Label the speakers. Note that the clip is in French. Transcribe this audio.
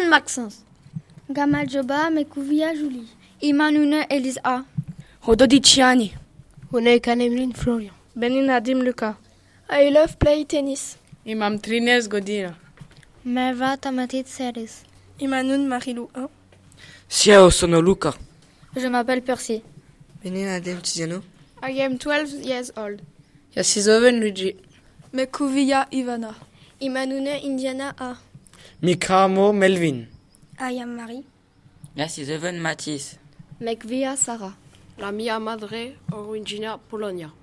Speaker 1: Maxence.
Speaker 2: Gamal Joba Mekouviya Julie.
Speaker 3: Imanuna Elisa.
Speaker 4: Rododiciani.
Speaker 5: Emeline Florian.
Speaker 6: Benin Hadim Luca.
Speaker 7: I love play tennis.
Speaker 8: Imam Trines Godina.
Speaker 9: Merva Tamatit Seris.
Speaker 10: Imanoun Marilou 1.
Speaker 4: Sia Sonoluca.
Speaker 11: Je m'appelle Percy.
Speaker 12: Benin Adem Tiziano.
Speaker 13: I am 12 years old.
Speaker 14: Yassizoven Luigi.
Speaker 15: Mekuvia Ivana.
Speaker 16: Imanuna Indiana A.
Speaker 17: Mikamo Melvin.
Speaker 18: I am Marie.
Speaker 19: Yassizoven Mathis.
Speaker 20: Mekvia Sarah.
Speaker 21: La mia madre origina Polonia.